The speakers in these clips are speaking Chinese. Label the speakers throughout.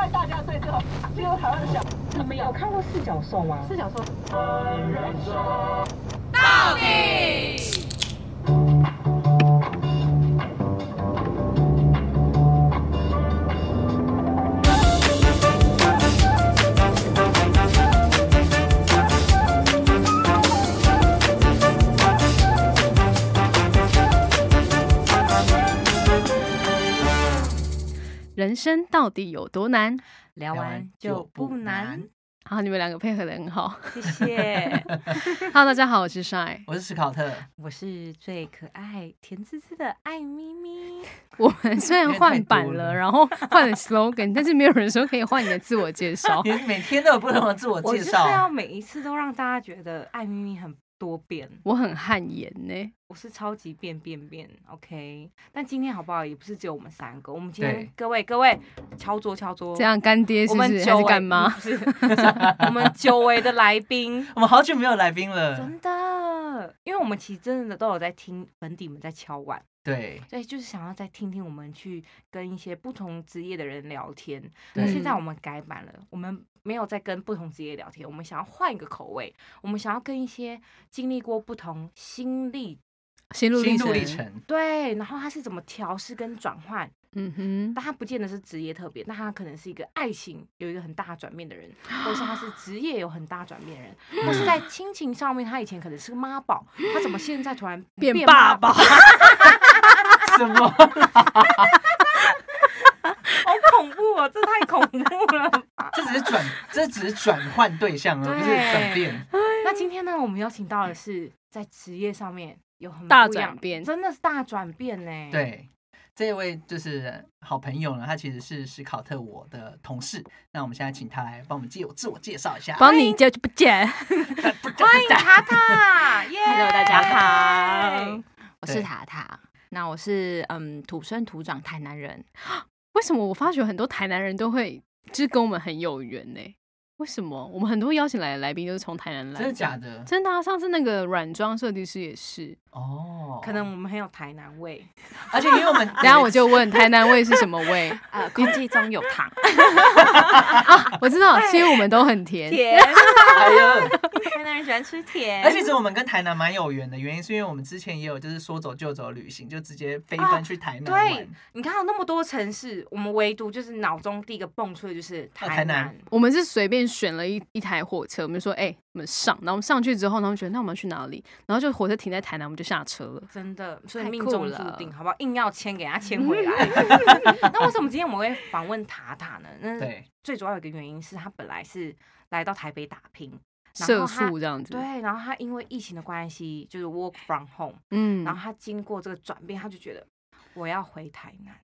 Speaker 1: 最后最后台湾的小
Speaker 2: 你们有看过四角兽吗？
Speaker 1: 是想说，
Speaker 3: 人生到底有多难？
Speaker 4: 聊
Speaker 5: 聊
Speaker 4: 完
Speaker 5: 完
Speaker 4: 就
Speaker 5: 就
Speaker 4: 不
Speaker 5: 不
Speaker 4: 难
Speaker 5: 难。
Speaker 3: 好，你们两个配合的很 好。
Speaker 4: 谢谢，
Speaker 3: Hello，大家好，我是 Shy。
Speaker 5: 我是史考特，
Speaker 4: 我是最可爱、甜滋滋的爱咪咪。
Speaker 3: 我们虽然
Speaker 5: 因为太
Speaker 3: 换版
Speaker 5: 多
Speaker 3: 了，
Speaker 5: 了。
Speaker 3: 然后换了 slogan，但是没有人说可以换你的自我介绍
Speaker 5: 你每天都有不同的自我
Speaker 4: 哦我
Speaker 5: 介
Speaker 4: 就是要
Speaker 5: 绍，
Speaker 4: 每一次都让大家觉得爱咪咪很多变，
Speaker 3: 我很汗颜呢，
Speaker 4: 我是超级变变变。OK，但今天好不好？也不是只有我们三个，我们今
Speaker 5: 对
Speaker 4: 天各位各位敲桌敲桌，
Speaker 3: 这样干爹是
Speaker 4: 我
Speaker 3: 不
Speaker 4: 们
Speaker 3: 是还
Speaker 4: 久
Speaker 3: 是
Speaker 4: 违
Speaker 3: 干妈？
Speaker 4: 不 是，是我们久违的来宾。
Speaker 5: 我们好久没有来宾了。
Speaker 4: 真的，因为我们其实真的都有在听粉底们在敲碗，
Speaker 5: 对，
Speaker 4: 所以就是想要再听听我们去跟一些不同职业的人聊天。
Speaker 5: 对
Speaker 4: 那现在我们改版了，我们没有在跟不同职业聊天，我们想要换一个口味，我们想要跟一些经历过不同心历，
Speaker 3: 心路
Speaker 5: 心
Speaker 3: 历
Speaker 5: 路
Speaker 3: 程，
Speaker 5: 历程，
Speaker 4: 对，然后他是怎么调试跟转换，
Speaker 3: 嗯哼，
Speaker 4: 但他不见得是职业特别，但他可能是一个爱情有一个很大的转变的人，或者是他是职业有很大转变的 人，或是
Speaker 3: 嗯
Speaker 4: 在亲情上面，他以前可能是个妈宝，他怎么现在突然
Speaker 3: 变爸
Speaker 4: 妈
Speaker 3: 爸
Speaker 4: 好
Speaker 5: 什么？
Speaker 4: 恐怖哦，这太恐怖了吧。
Speaker 5: 这只是转，这只是转换对象而
Speaker 4: 对
Speaker 5: 不是转变。
Speaker 4: 那今天呢，我们邀请到的是在职业上面有很
Speaker 3: 大
Speaker 4: 不一样
Speaker 3: 转变
Speaker 4: 真的是大转变呢。，
Speaker 5: 对，这位就是好朋友呢，他其实是史考特我的同事。那我们现在请他来帮我们自我自我介绍一下。
Speaker 3: 帮你叫就不见，
Speaker 4: 欢迎塔塔耶
Speaker 6: Hello，大 家好， 我
Speaker 5: 对
Speaker 6: 是塔塔。那我是嗯土生土长台南人，
Speaker 3: 为什么我发觉很多台南人都会，就是跟我们很有缘呢？为什么我们很多邀请来的来宾都是从台南来？
Speaker 5: 真的假？的？
Speaker 3: 真的啊！上次那个软装设计师也是，
Speaker 5: 哦，
Speaker 4: 可能我们很有台南味，
Speaker 5: 而且因为我 们，
Speaker 3: 等一下我就问台南味是什么味
Speaker 6: 呃，空气中有糖，
Speaker 3: 啊？我知道，是因为我们都很甜。
Speaker 6: 甜，
Speaker 5: 哎呦
Speaker 6: 台南人喜欢吃甜
Speaker 5: 而且其实我们跟台南蛮有缘的，原因是因为我们之前也有就是说走就走的旅行，就直接飞奔去台南玩。
Speaker 4: 啊对你看到那么多城市，我们唯独就是脑中第一个蹦出的
Speaker 6: 哦
Speaker 4: 就是
Speaker 5: 台
Speaker 4: 台
Speaker 5: 南
Speaker 4: 南。
Speaker 3: 我们是随便选了一一台火车，我们就说，哎、我们上，然后我们上去之后，然后我们觉得那我们要去哪里？然后就火车停在台南，我们就下车了。
Speaker 4: 真的，所以
Speaker 6: 太
Speaker 4: 命
Speaker 6: 酷
Speaker 4: 中注
Speaker 6: 了
Speaker 4: 定，好不好？硬要签给他签回 来。那为什么今天我们会访问塔塔呢？那
Speaker 5: 对
Speaker 4: 最主要有一个原因是他本来是来到台北打拼，然
Speaker 3: 社
Speaker 4: 后他
Speaker 3: 畜这样子，
Speaker 4: 对，然后他因为疫情的关系，就是 work from home，、
Speaker 3: 嗯，
Speaker 4: 然后他经过这个转变，他就觉得我要回台南，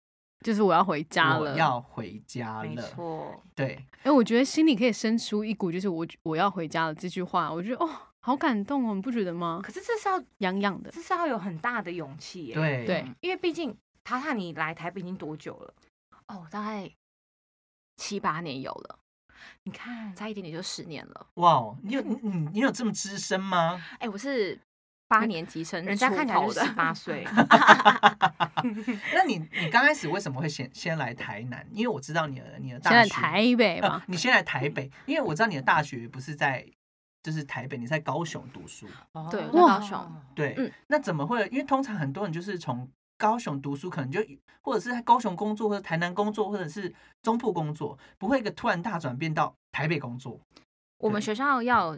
Speaker 3: 就是我要回家
Speaker 5: 我
Speaker 3: 了。
Speaker 5: 要回家
Speaker 4: 没
Speaker 5: 了。
Speaker 4: 错，
Speaker 5: 对，
Speaker 3: 哎、我觉得心里可以生出一股就是我我要回家了这句话，我觉得哦，好感动哦，你不觉得吗？
Speaker 4: 可是这是要
Speaker 3: 痒痒的，
Speaker 4: 这是要有很大的勇气耶，，
Speaker 5: 对
Speaker 3: 对，
Speaker 4: 因为毕竟塔塔你来台北已经多久了？
Speaker 6: 哦，大概七八年有了，
Speaker 4: 你看，
Speaker 6: 差一点点就十年了。
Speaker 5: 哇哦，你有你你你有这么资深吗？
Speaker 6: 哎，我是八年级生，
Speaker 4: 人家看起来就是十八 岁，
Speaker 5: 那你你刚开始为什么会先先来台南？因为我知道你的你的大
Speaker 3: 现
Speaker 5: 学
Speaker 3: 在台北
Speaker 5: 呃
Speaker 3: 吧，
Speaker 5: 你先来台北，因为我知道你的大学不是在就是台北，你在高雄读书。
Speaker 6: 对
Speaker 4: 哦
Speaker 6: 我在高雄
Speaker 5: 对，
Speaker 6: 嗯
Speaker 5: 那怎么会？因为通常很多人就是从高雄读书，可能就或者是在高雄工作，或者台南工作，或者是中部工作，不会一个突然大转变到台北工作。
Speaker 6: 我们
Speaker 5: 对
Speaker 6: 学校要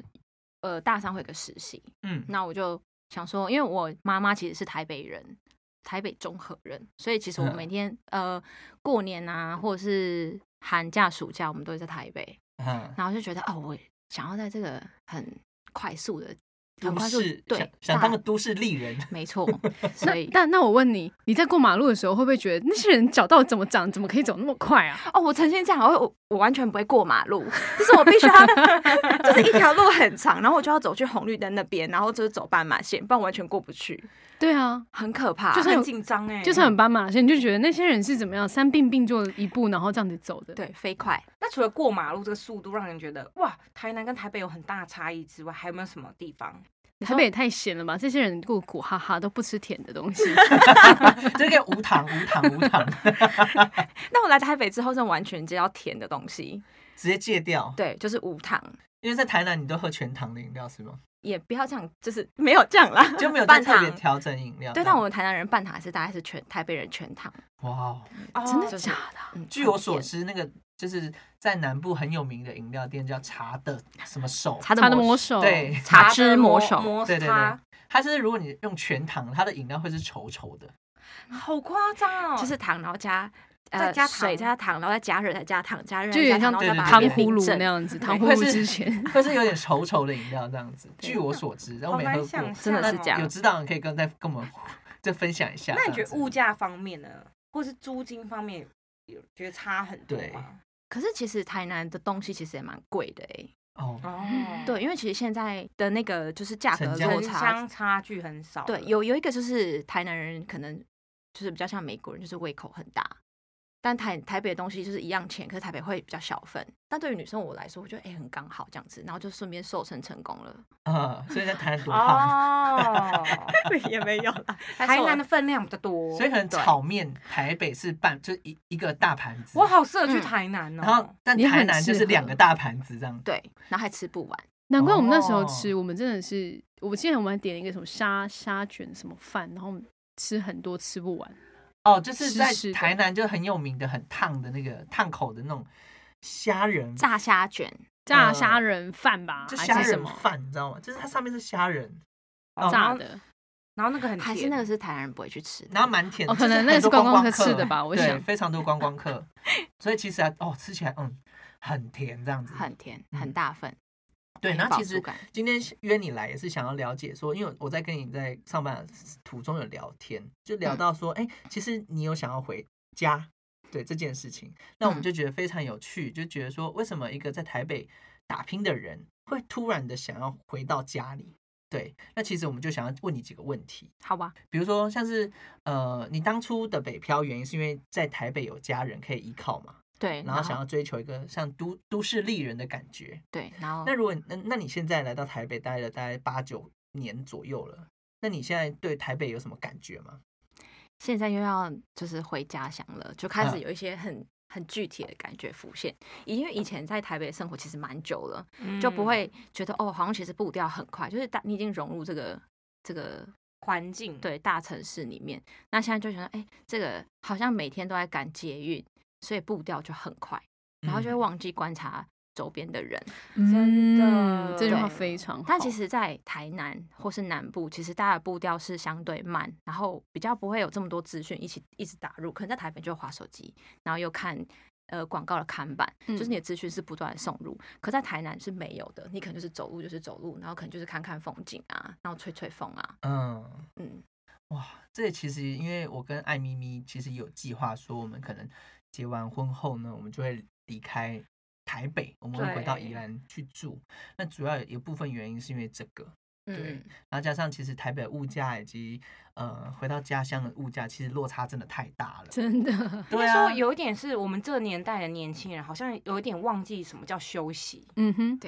Speaker 6: 呃大三会有个实习，
Speaker 5: 嗯，
Speaker 6: 那我就想说，因为我妈妈其实是台北人，台北中和人，所以其实我
Speaker 5: 嗯
Speaker 6: 每天、呃过年啊，或者是寒假、暑假，我们都会在台北，
Speaker 5: 嗯
Speaker 6: 然后就觉得哦，我想要在这个很快速的、很
Speaker 5: 都
Speaker 6: 快速
Speaker 5: 市想
Speaker 6: 对
Speaker 5: 想
Speaker 6: 大
Speaker 5: 当个都市丽人，
Speaker 6: 没 错，所
Speaker 3: 那
Speaker 6: 以
Speaker 3: 但那我问你，你在过马路的时候会不会觉得那些人脚到底怎么长，怎么可以走那么快啊？
Speaker 6: 哦，我呈现这样，我我我完全不会过马路，就是我必须要，就是一条路很长，然后我就要走去红绿灯那边，然后就是走斑马线，不然完全过不去，
Speaker 3: 对啊，
Speaker 6: 很可怕。
Speaker 3: 就是
Speaker 4: 很紧张哎，
Speaker 3: 就是很斑马线，你就觉得那些人是怎么样三并并坐一步，然后这样子走的。
Speaker 6: 对飞快。
Speaker 4: 那除了过马路这个速度让人觉得哇，台南跟台北有很大的差异之外，还有没有什么地方？
Speaker 3: 台北也太咸了吧？这些人给我苦哈哈都不吃甜的东西，
Speaker 5: 这个无糖无糖无糖，
Speaker 6: 但我来台北之后，真的完全戒掉甜的东西，
Speaker 5: 直接戒掉。
Speaker 6: 对，就是无糖，
Speaker 5: 因为在台南你都喝全糖的饮料是吗？
Speaker 6: 也不要这样，就是 没有这样啦，
Speaker 5: 就没有再
Speaker 6: 半
Speaker 5: 特
Speaker 6: 糖
Speaker 5: 别。调整饮料。
Speaker 6: 对，但我们台南人半糖还是大概是全台北人全糖。
Speaker 5: 哇哦，
Speaker 4: 哦
Speaker 3: 真的
Speaker 6: 就是
Speaker 3: 假的啊？
Speaker 6: 嗯
Speaker 5: 据我所，知，那个就是在南部很有名的饮料店叫茶的什么手，
Speaker 6: 茶
Speaker 3: 他的
Speaker 6: 的
Speaker 3: 魔
Speaker 6: 魔
Speaker 3: 手，
Speaker 5: 对，
Speaker 6: 茶之魔手
Speaker 4: 摩
Speaker 5: 对对
Speaker 4: 擦，
Speaker 5: 它是如果你用全糖，它的饮料会是稠稠的。
Speaker 4: 好夸张哦！
Speaker 6: 就是糖，然后加
Speaker 4: 再
Speaker 6: 呃
Speaker 4: 加
Speaker 6: 水，
Speaker 4: 糖
Speaker 6: 加糖，然后再加热，再加糖，加热，
Speaker 3: 就有点
Speaker 6: 加
Speaker 3: 像
Speaker 6: 糖
Speaker 5: 对
Speaker 6: 然后再把它
Speaker 3: 糖
Speaker 5: 对
Speaker 6: 变
Speaker 3: 葫
Speaker 6: 冰
Speaker 3: 芦
Speaker 6: 镇
Speaker 3: 那样子，糖
Speaker 5: 对
Speaker 3: 葫
Speaker 5: 会
Speaker 3: 芦
Speaker 5: 是
Speaker 3: 之前
Speaker 5: 会是有点稠稠的饮料这样子。据我所知，然后
Speaker 4: 好
Speaker 5: 我没
Speaker 4: 难
Speaker 5: 喝
Speaker 4: 想
Speaker 5: 过，
Speaker 6: 真的
Speaker 4: 象
Speaker 6: 是
Speaker 4: 哦
Speaker 6: 这样
Speaker 5: 有知道你可以跟再跟我们 再分享一下。
Speaker 4: 那你觉
Speaker 5: 这样
Speaker 4: 得
Speaker 5: 子
Speaker 4: 物？价方面呢，或是租金方面，有觉得差很多
Speaker 5: 对
Speaker 4: 吗？
Speaker 6: 可是其实台南的东西其实也蛮贵的哎、
Speaker 5: 哦，
Speaker 4: 哦，
Speaker 6: 对，因为其实现在的那个就是价格
Speaker 5: 城乡
Speaker 6: 落
Speaker 4: 城
Speaker 6: 差
Speaker 4: 乡，差距很少了。
Speaker 6: 对，有有一个就是台南人可能就是比较像美国人，就是胃口很大。但台台北的东西就是一样钱，可是台北会比较小份。但对于女生我来说，我觉得哎、很刚好这样子，然后就顺便瘦身成功了。
Speaker 5: 嗯，所以在台南多胖，
Speaker 4: 哦，
Speaker 6: 也没有啦，
Speaker 4: 台南的分量比较多，
Speaker 5: 所以可能
Speaker 6: 对
Speaker 5: 炒面台北是半，就是一一个大盘子
Speaker 4: 我，好适合去
Speaker 6: 嗯
Speaker 4: 台南
Speaker 5: 然后
Speaker 4: 哦。
Speaker 5: 但
Speaker 3: 你很
Speaker 5: 台南就是
Speaker 3: 适合
Speaker 5: 两个大盘子这样。
Speaker 6: 对，然后还吃不完。
Speaker 3: 难怪我们那时候
Speaker 5: 哦
Speaker 3: 吃，我们真的是，我记得我们还点了一个什么沙沙卷什么饭，然后我们吃很多吃不完，
Speaker 5: 哦，就是
Speaker 3: 湿
Speaker 5: 在
Speaker 3: 湿的
Speaker 5: 台南就很有名的很烫的那个烫口的那种虾仁，
Speaker 6: 炸虾卷，
Speaker 3: 炸
Speaker 5: 呃
Speaker 3: 虾仁饭吧，
Speaker 5: 就虾
Speaker 3: 还是什
Speaker 5: 仁
Speaker 3: 么
Speaker 5: 饭，你知道吗？就是它上面是虾仁，哦
Speaker 4: 然
Speaker 3: 炸
Speaker 4: 后，
Speaker 3: 的？
Speaker 4: 然后那个很
Speaker 6: 还是
Speaker 4: 甜
Speaker 6: 那个是台南人不会去吃的。
Speaker 5: 欸然后蛮甜的。
Speaker 3: 哦可能
Speaker 5: 就是
Speaker 3: 那个
Speaker 5: 很
Speaker 3: 是
Speaker 5: 多
Speaker 3: 观
Speaker 5: 观
Speaker 3: 光
Speaker 5: 光
Speaker 3: 客吃的吧我
Speaker 5: 对
Speaker 3: 想
Speaker 5: 非常多观光客，所以其实啊，哦，吃起来嗯很甜这样子，
Speaker 6: 很甜，
Speaker 5: 嗯
Speaker 6: 很大份。
Speaker 5: 对。
Speaker 6: 很
Speaker 5: 然后
Speaker 6: 饱
Speaker 5: 其
Speaker 6: 足
Speaker 5: 实
Speaker 6: 感
Speaker 5: 今天约你来也是想要了解说，因为我在跟你在上班的途中有聊天，就聊
Speaker 6: 嗯
Speaker 5: 到说，哎、其实你有想要回家。对这件事情，那我们
Speaker 6: 嗯
Speaker 5: 就觉得非常有趣，就觉得说，为什么一个在台北打拼的人会突然的想要回到家里？对，那其实我们就想要问你几个问题。
Speaker 6: 好吧，
Speaker 5: 比如说像是呃，你当初的北漂原因是因为在台北有家人可以依靠嘛，
Speaker 6: 对，
Speaker 5: 然后想要追求一个像都都市丽人的感觉。
Speaker 6: 对，然后
Speaker 5: 那如果那那你现在来到台北待了大概八九年左右了，那你现在对台北有什么感觉吗？
Speaker 6: 现在又要就是回家乡了，就开始
Speaker 5: 嗯
Speaker 6: 有一些很。很具体的感觉浮现，因为以前在台北生活其实蛮久了，就不
Speaker 4: 嗯
Speaker 6: 会觉得哦，好像其实步调很快，就是大你已经融入这个这个
Speaker 4: 环境，
Speaker 6: 对大城市里面。那现在就觉得，哎、这个好像每天都在赶捷运，所以步调就很快，然后就会
Speaker 5: 嗯
Speaker 6: 忘记观察周边的人。
Speaker 4: 真的
Speaker 3: 嗯这句话
Speaker 6: 对
Speaker 3: 非常好。
Speaker 6: 但其实，在台南或是南部，其实大家的步调是相对慢，然后比较不会有这么多资讯一起一直打入。可能在台北就划手机，然后又看呃广告的看板，
Speaker 3: 嗯
Speaker 6: 就是你的资讯是不断地送入。可在台南是没有的，你可能就是走路就是走路，然后可能就是看看风景啊，然后吹吹风啊，
Speaker 5: 嗯，
Speaker 6: 嗯，
Speaker 5: 哇，这其实因为我跟艾咪咪其实有计划说，我们可能结完婚后呢，我们就会离开台北，我们会回到宜
Speaker 4: 对
Speaker 5: 兰去住。那主要有一部分原因是因为这个，对
Speaker 6: 嗯，
Speaker 5: 然后加上其实台北物价以及呃回到家乡的物价，其实落差真的太大了。
Speaker 3: 真的，
Speaker 4: 应
Speaker 5: 对
Speaker 4: 该
Speaker 5: 啊
Speaker 4: 说，有一点是我们这年代的年轻人，好像有一点忘记什么叫休息。
Speaker 3: 嗯哼，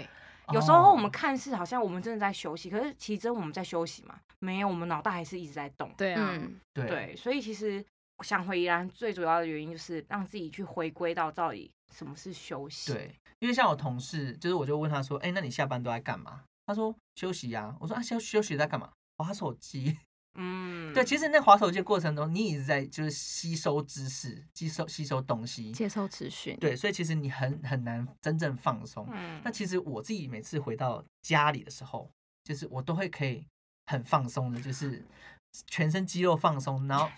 Speaker 4: 有时候我们
Speaker 5: 哦
Speaker 4: 看似好像我们真的在休息，可是其实真的我们在休息嘛？没有，我们脑袋还是一直在动。
Speaker 3: 对啊，
Speaker 6: 嗯，
Speaker 5: 对
Speaker 4: 对，所以其实我想回宜兰最主要的原因就是让自己去回归到到底什么是休息。，
Speaker 5: 对，因为像我同事，就是我就问他说，哎，那你下班都在干嘛？他说休息呀、我说啊，休休息在干嘛？划手机。
Speaker 4: 嗯，
Speaker 5: 对，其实那划手机的过程中，你一直在就是吸收知识，吸收吸收东西。
Speaker 6: 接收资讯，
Speaker 5: 对，所以其实你很很难真正放松。
Speaker 4: 嗯
Speaker 5: 那其实我自己每次回到家里的时候，就是我都会可以很放松的，就是全身肌肉放松。然后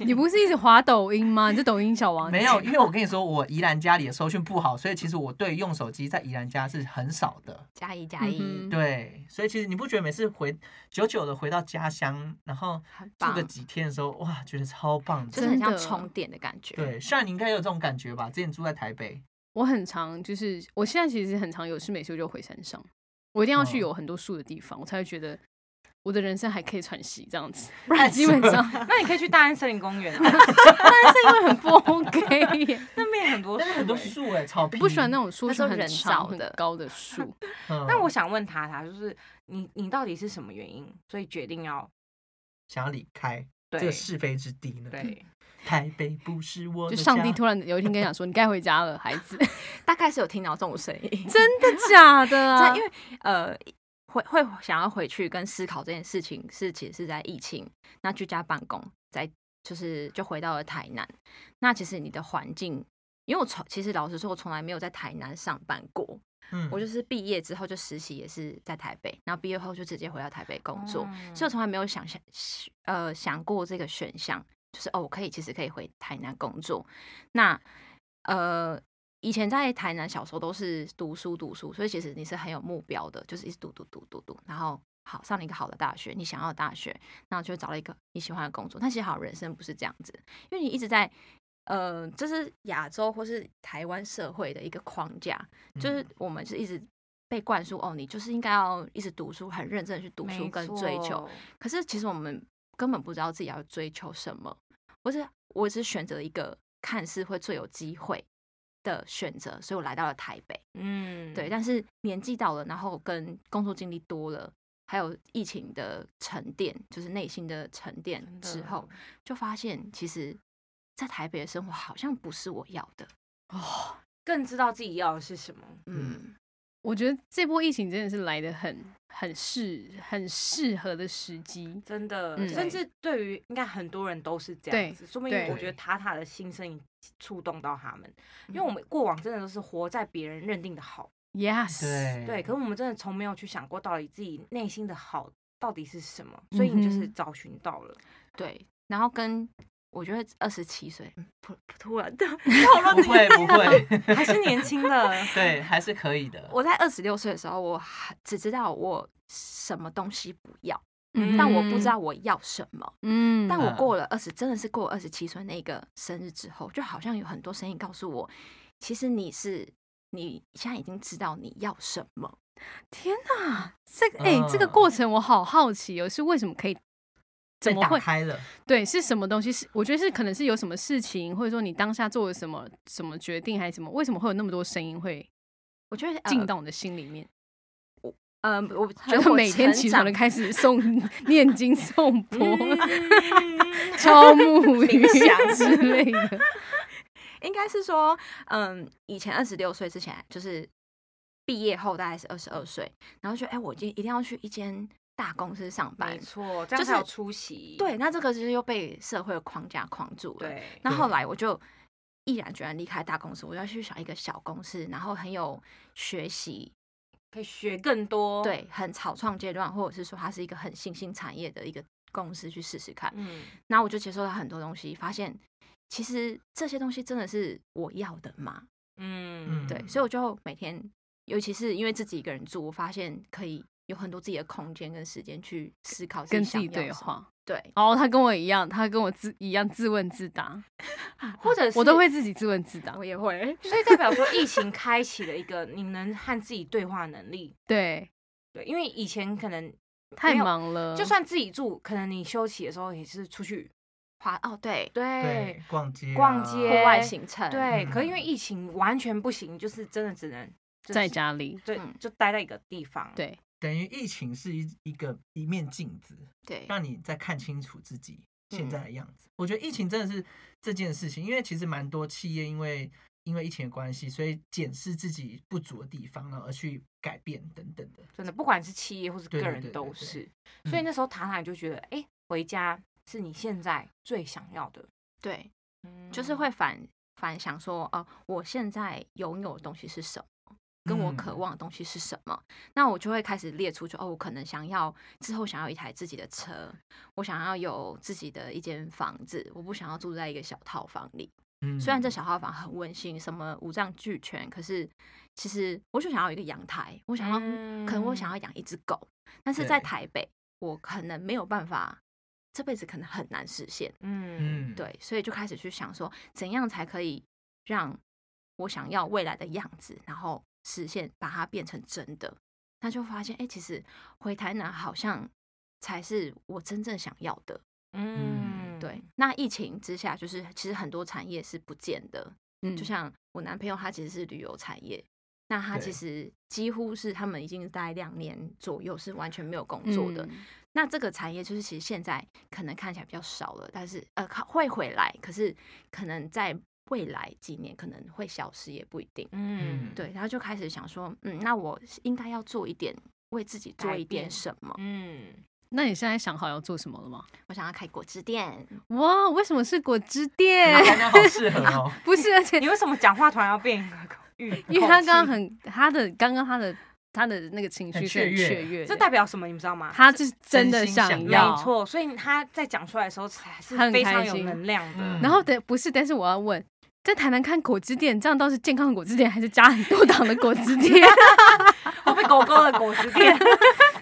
Speaker 3: 你不是一直滑抖音哦吗？你是抖音小王子
Speaker 5: 没有，因为我跟你说，我宜兰家里的收讯不好，所以其实我对用手机在宜兰家是很少的。
Speaker 6: 加一加一，
Speaker 3: 嗯哼
Speaker 5: 对，所以其实你不觉得每次回久久的回到家乡，然后
Speaker 6: 很
Speaker 5: 住个
Speaker 6: 棒
Speaker 5: 几天的时候，哇，觉得超棒
Speaker 6: 就
Speaker 5: 的。
Speaker 6: 是很
Speaker 3: 真
Speaker 6: 像
Speaker 3: 的
Speaker 6: 充电的感觉，
Speaker 5: 对，虽然你应该也有这种感觉吧？之前住在台北，
Speaker 3: 我很常就是，我现在其实很常有事没事我就回山上，我一定要去
Speaker 5: 哦
Speaker 3: 有很多树的地方，我才会觉得我的人生还可以喘息这样子，不
Speaker 5: 太
Speaker 3: 然基本
Speaker 5: 扯
Speaker 3: 上
Speaker 4: 那你可以去大安森林公园啊，
Speaker 3: 但是因为很不 OK，耶
Speaker 4: 那边有很多
Speaker 5: 但是很多
Speaker 4: 树欸
Speaker 5: 树哎、草
Speaker 3: 我
Speaker 5: 坪。
Speaker 3: 不喜欢那种树
Speaker 6: 那
Speaker 3: 是
Speaker 6: 种
Speaker 3: 很
Speaker 6: 人
Speaker 3: 长
Speaker 6: 造的
Speaker 3: 很高的树，
Speaker 5: 嗯。
Speaker 4: 那我想问塔塔，就是你你到底是什么原因，所以决定要
Speaker 5: 想要离开这
Speaker 4: 对
Speaker 5: 个是非之地呢？，
Speaker 4: 对，
Speaker 5: 台北不是我的
Speaker 3: 就
Speaker 5: 家。
Speaker 3: 上帝突然有一天跟你讲说，你该回家了，孩子，
Speaker 6: 大概是有听到这种声音，
Speaker 3: 真的假的啊？
Speaker 6: 这因为呃，会会想要回去跟思考这件事情是其实是在疫情，那居家办公，在就是就回到了台南。那其实你的环境，因为我从其实老实说，我从来没有在台南上班过，
Speaker 5: 嗯，
Speaker 6: 我就是毕业之后就实习也是在台北，然后毕业后就直接回到台北工作，
Speaker 4: 嗯
Speaker 6: 所以我从来没有想想呃想过这个选项，就是哦，我可以其实可以回台南工作。那呃，以前在台南小时候都是读书读书，所以其实你是很有目标的，就是一直读读读读读，然后好上了一个好的大学，你想要的大学，然后就找了一个你喜欢的工作。但其实好像人生不是这样子，因为你一直在。呃，这是亚洲或是台湾社会的一个框架，就是
Speaker 5: 嗯
Speaker 6: 我们是一直被灌输哦，你就是应该要一直读书，很认真地去读书
Speaker 4: 没
Speaker 6: 跟追求。
Speaker 4: 错，
Speaker 6: 可是其实我们根本不知道自己要追求什么，或是我只选择一个看似会最有机会的选择，所以我来到了台北。
Speaker 4: 嗯，
Speaker 6: 对，但是年纪到了，然后跟工作经历多了，还有疫情的沉淀，就是内心的沉淀
Speaker 4: 真的
Speaker 6: 之后，就发现其实，在台北的生活好像不是我要的。
Speaker 4: 更知道自己要的是什么。
Speaker 5: 嗯
Speaker 6: 嗯，
Speaker 3: 哦我觉得这波疫情真的是来的很很适很适合的时机。
Speaker 4: 真的，
Speaker 3: 嗯
Speaker 4: 甚至对于应该很多人都是这样子，说明
Speaker 3: 对
Speaker 4: 我觉得塔塔的心声也触动到他们，因为我们过往真的都是活在别人认定的好，
Speaker 3: Yes，
Speaker 5: 对
Speaker 4: 对，可是我们真的从没有去想过到底自己内心的好到底是什么，所以你就是
Speaker 3: 嗯哼
Speaker 4: 找寻到 了，
Speaker 6: 对，然后跟我觉得二十七岁，嗯突突然的，
Speaker 5: 不会不 会，
Speaker 4: 还是年轻的，
Speaker 5: 对，还是可以的。
Speaker 6: 我在二十六岁的时候，我还只知道我什么东西不要，
Speaker 3: 嗯
Speaker 6: 但我不知道，我要什么。
Speaker 3: 嗯，
Speaker 6: 但我
Speaker 5: 嗯
Speaker 6: 过了二十，真的是过二十七岁那个生日之后，就好像有很多声音告诉我，其实你是你现在已经知道你要什么。
Speaker 3: 天哪，这个哎、这个
Speaker 5: 嗯
Speaker 3: 过程我好好奇哦，是为什么可以？怎
Speaker 5: 被
Speaker 3: 么
Speaker 5: 打
Speaker 3: 会？
Speaker 5: 开了，
Speaker 3: 对，是什么东西？是我觉得是可能是有什么事情，或者说你当下做了什么什么决定，还是什么？为什么会有那么多声音会
Speaker 6: 我觉得
Speaker 3: 进到你的心里面？
Speaker 6: 呃，我觉
Speaker 3: 就
Speaker 6: 得我
Speaker 3: 每天
Speaker 6: 成
Speaker 3: 起床
Speaker 6: 长
Speaker 3: 就开始诵 念经、 诵佛、
Speaker 4: 嗯
Speaker 3: 敲木鱼
Speaker 6: 冥想
Speaker 3: 之类的。
Speaker 6: 应该是说，嗯，以前二十六岁之前，就是毕业后大概是二十二岁，然后就哎、我今一定要去一间大公司上班
Speaker 4: 没。错，这样
Speaker 6: 就是
Speaker 4: 才有出席，
Speaker 6: 对，那这个就是又被社会的框架框住了。
Speaker 4: 对，
Speaker 6: 那后来我就毅然决然离开大公司，我要去想一个小公司，然后很有学习，
Speaker 4: 可以学更多，，
Speaker 6: 对，很草创阶段，或者是说它是一个很新兴产业的一个公司去试试看。
Speaker 4: 嗯，
Speaker 6: 然后我就接受到很多东西，发现其实这些东西真的是我要的吗？
Speaker 4: 嗯，
Speaker 6: 对，所以我就每天，尤其是因为自己一个人住，我发现可以有很多自己的空间跟时间去思考
Speaker 3: 跟自
Speaker 6: 自
Speaker 3: 己
Speaker 6: 想要
Speaker 3: 对
Speaker 6: 什么。
Speaker 3: 话。
Speaker 6: 对，
Speaker 3: 哦，他跟我一样，他跟我自一样自问自答，
Speaker 4: 或者是
Speaker 3: 我都会自己自问自答
Speaker 6: 我。也会。
Speaker 4: 所以代表说，疫情开启了一个你能和自己对话的能力。
Speaker 3: 对，
Speaker 4: 对，因为以前可能
Speaker 3: 太
Speaker 4: 没有
Speaker 3: 忙了，
Speaker 4: 就算自己住，可能你休息的时候也是出去
Speaker 6: 花哦，对，
Speaker 4: 对
Speaker 5: 对逛街啊、
Speaker 4: 逛街
Speaker 6: 户外行程，
Speaker 4: 对，
Speaker 5: 嗯
Speaker 4: 可因为疫情完全不行，就是真的只能就是
Speaker 3: 在家里，
Speaker 4: 对
Speaker 6: 嗯
Speaker 4: 就待在一个地方。，
Speaker 3: 对，
Speaker 5: 等于疫情是一一个一面镜子，
Speaker 6: 对，
Speaker 5: 让你再看清楚自己现
Speaker 6: 嗯
Speaker 5: 在的样子。我觉得疫情真的是这件事情，因为其实蛮多企业因为因为疫情的关系，所以检视自己不足的地方，然后而去改变等等的。
Speaker 4: 真的不管是企业或是个
Speaker 5: 对对
Speaker 4: 人
Speaker 5: 对
Speaker 4: 都
Speaker 5: 对对
Speaker 4: 是。
Speaker 5: 嗯
Speaker 4: 所以那时候塔塔你就觉得，哎，回家是你现在最想要的，
Speaker 6: 对，就是
Speaker 3: 嗯
Speaker 6: 会反反想说，哦、我现在拥有的东西是什么？跟我渴
Speaker 5: 嗯
Speaker 6: 望的东西是什么？那我就会开始列出就，哦，我可能想要之后想要一台自己的车，我想要有自己的一间房子，我不想要住在一个小套房里。
Speaker 5: 嗯
Speaker 6: 虽然这小套房很温馨，什么五脏俱全，可是其实我就想要有一个阳台，我想要、
Speaker 4: 嗯
Speaker 6: 可能我想要养一只狗，但是在
Speaker 5: 对
Speaker 6: 台北，我可能没有办法，这辈子可能很难实现。
Speaker 4: 嗯，
Speaker 5: 嗯，
Speaker 6: 对，所以就开始去想说，怎样才可以让我想要未来的样子，然后实现把它变成真的。那就发现，哎、其实回台南好像才是我真正想要的。
Speaker 4: 嗯，
Speaker 6: 对，那疫情之下，就是其实很多产业是不见的，
Speaker 3: 嗯，
Speaker 6: 就像我男朋友他其实是旅游产业，那他其
Speaker 5: 对
Speaker 6: 实几乎是他们已经在两年左右是完全没有工作
Speaker 4: 嗯
Speaker 6: 的。
Speaker 3: 嗯
Speaker 6: 那这个产业就是其实现在可能看起来比较少了，但是呃靠会回来，可是可能在未来几年可能会消失，也不一定。
Speaker 4: 嗯，
Speaker 6: 对，然后就开始想说，嗯，那我是应该要做一点，为自己做
Speaker 4: 改
Speaker 6: 一点
Speaker 4: 变
Speaker 6: 什么。
Speaker 4: 嗯，
Speaker 3: 那你现在想好要做什么了吗？
Speaker 6: 我想要开果汁店，
Speaker 3: 哇，为什么是果汁
Speaker 5: 啊
Speaker 3: 店？
Speaker 5: 台南好适合哦。
Speaker 3: 不是，而且
Speaker 4: 你为什么讲话突然要变一个口语？
Speaker 3: 因为他刚刚
Speaker 4: 口气
Speaker 3: 很他的刚刚他的他的那个情绪
Speaker 5: 很
Speaker 3: 是很
Speaker 5: 雀跃
Speaker 3: 雀跃的，
Speaker 4: 这代表什嗯么？你们知道吗？
Speaker 3: 他是真的
Speaker 5: 真心想
Speaker 3: 想
Speaker 5: 要
Speaker 3: 要，
Speaker 4: 没错，所以他在讲出来的时候才是
Speaker 3: 他很
Speaker 4: 非常
Speaker 3: 开
Speaker 4: 有
Speaker 3: 心
Speaker 4: 能量的。
Speaker 5: 嗯
Speaker 3: 然后等不是，但是我要问，在台南看果汁店，这样倒是健康的果汁店，还是加很多糖的果汁店？
Speaker 4: 会被狗狗的果 子店，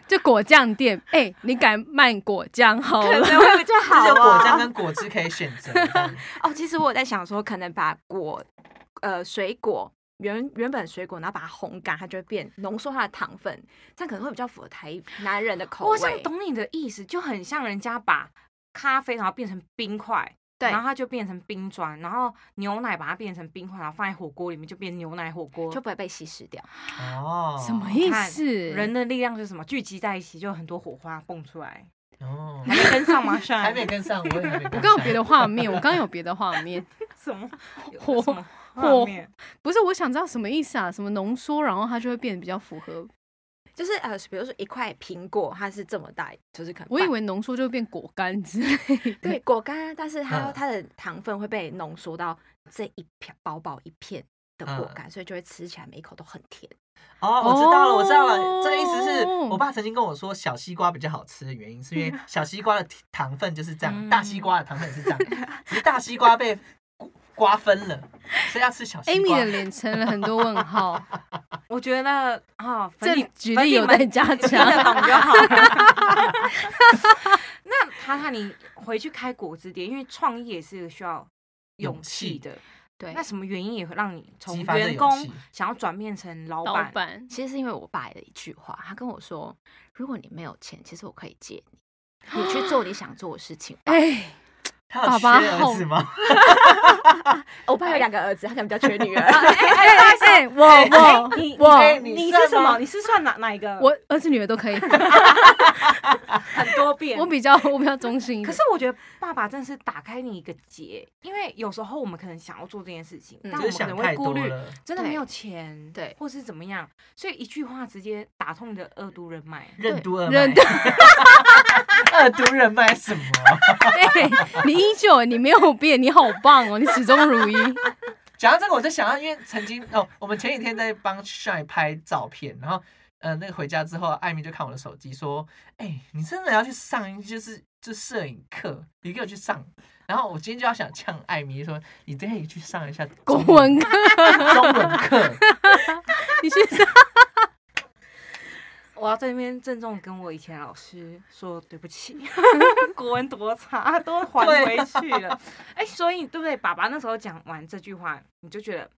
Speaker 3: 就果酱店，哎、你改卖果酱好
Speaker 6: 可
Speaker 3: 了。
Speaker 6: 能会比较
Speaker 5: 就
Speaker 6: 好、
Speaker 5: 是
Speaker 6: 啊。
Speaker 5: 有果酱跟果汁可以选择这样。
Speaker 6: 哦，其实我有在想说，可能把果呃水果原原本水果，然后把它烘干，它就会变浓缩它的糖分，这样可能会比较符合台男人的口
Speaker 3: 哦
Speaker 4: 我想
Speaker 6: 味。
Speaker 4: 懂你的意思，就很像人家把咖啡然后变成冰块。
Speaker 6: 对
Speaker 4: 然后它就变成冰砖，然后牛奶把它变成冰块，然后放在火锅里面就变牛奶火锅。
Speaker 6: 就不会被稀释掉。
Speaker 5: 哦，
Speaker 3: 啊什么意
Speaker 4: 看
Speaker 3: 思？
Speaker 4: 人的力量是什么？聚集在一起，就有很多火花蹦出来。
Speaker 5: 哦
Speaker 4: 还，没跟 上吗？上
Speaker 5: 还没跟上，我也还没跟上。
Speaker 3: 我刚有别的画面，我刚有别的画面，
Speaker 4: 什么有
Speaker 3: 火
Speaker 4: 什么
Speaker 3: 火
Speaker 4: 画面
Speaker 3: 不是我想知道什么意思啊？什么浓缩，然后它就会变得比较符合。
Speaker 6: 就是呃，比如说一块苹果，它是这么大，就是可能
Speaker 3: 我以
Speaker 6: 半
Speaker 3: 为浓缩就会变果干之类的。
Speaker 6: 对果干啊，但是它
Speaker 5: 嗯
Speaker 6: 它的糖分会被浓缩到这一片薄薄一片的果
Speaker 5: 嗯
Speaker 6: 干，所以就会吃起来每一口都很甜。
Speaker 5: 哦，我知道了，我知道
Speaker 3: 哦
Speaker 5: 了，这个意思是我爸曾经跟我说，小西瓜比较好吃的原因，是因为小西瓜的糖分就是这样，
Speaker 4: 嗯
Speaker 5: 大西瓜的糖分也是这样，只是大西瓜被瓜瓜分了，所以要吃小西
Speaker 3: Amy
Speaker 5: 瓜
Speaker 3: 的。脸成了很多问 号，
Speaker 4: 我觉得啊，
Speaker 3: 这
Speaker 4: 粉底
Speaker 3: 里举
Speaker 4: 粉
Speaker 3: 例
Speaker 4: 底
Speaker 3: 有
Speaker 4: 们
Speaker 3: 待加
Speaker 4: 听得
Speaker 3: 强。
Speaker 4: 懂就好了。那塔塔，你回去开果汁店，因为创业也是需要勇气的。
Speaker 6: 对，
Speaker 4: 那什么原因也会让你从
Speaker 5: 激发这
Speaker 4: 员
Speaker 5: 勇
Speaker 4: 工
Speaker 5: 气
Speaker 4: 想要转变成老
Speaker 3: 老
Speaker 4: 板？
Speaker 3: 板，
Speaker 6: 其实是因为我爸的一句话，他跟我说：“如果你没有钱，其实我可以借你，你去做你想做的事情吧。
Speaker 3: 哎，
Speaker 5: 他有
Speaker 3: 爸
Speaker 5: 缺
Speaker 3: 爸好
Speaker 5: 儿子吗？
Speaker 6: 我爸有两个儿子，他可能比较缺女儿。
Speaker 3: 哎哎哎，我我
Speaker 4: 你
Speaker 3: 我
Speaker 5: 你
Speaker 4: 你
Speaker 5: 算
Speaker 4: 是什么？
Speaker 5: 吗
Speaker 4: 你是算哪哪一个？
Speaker 3: 我儿子女儿都 可以，
Speaker 4: 很多遍
Speaker 3: 我。比较我比较中性一点。
Speaker 4: 可是我觉得爸爸真的是打开你一个结，因为有时候我们可能想要做这件事情，
Speaker 6: 嗯
Speaker 4: 但
Speaker 5: 就
Speaker 4: 我
Speaker 5: 是
Speaker 4: 们可能
Speaker 5: 想太
Speaker 4: 会
Speaker 5: 多
Speaker 4: 顾虑
Speaker 5: 了。
Speaker 4: 真的没
Speaker 6: 对
Speaker 4: 有钱，
Speaker 6: 对
Speaker 4: 或是怎么样，所以一句话直接打通你的恶毒人脉。
Speaker 5: 任督二脉，
Speaker 3: 人的
Speaker 5: 二毒人脉什么？
Speaker 3: 哎，你依旧你没有变，你好棒哦，你始终 如一。
Speaker 5: 讲到这个，我就想到，因为曾经哦，我们前几天在帮 Shine 拍照片，然后呃，那个回家之后，艾米就看我的手机说：“哎、你真的要去上一就是就摄影课，你给我去上。”然后我今天就要想呛艾米说：“你可以去上一下
Speaker 3: 公
Speaker 5: 中
Speaker 3: 文课，
Speaker 5: 中文课。
Speaker 3: 你去上
Speaker 4: 我要在那边郑重跟我以前老师说对不起，国文多差都还回去了。哎、所以对不对？爸爸那时候讲完这句话，你就觉得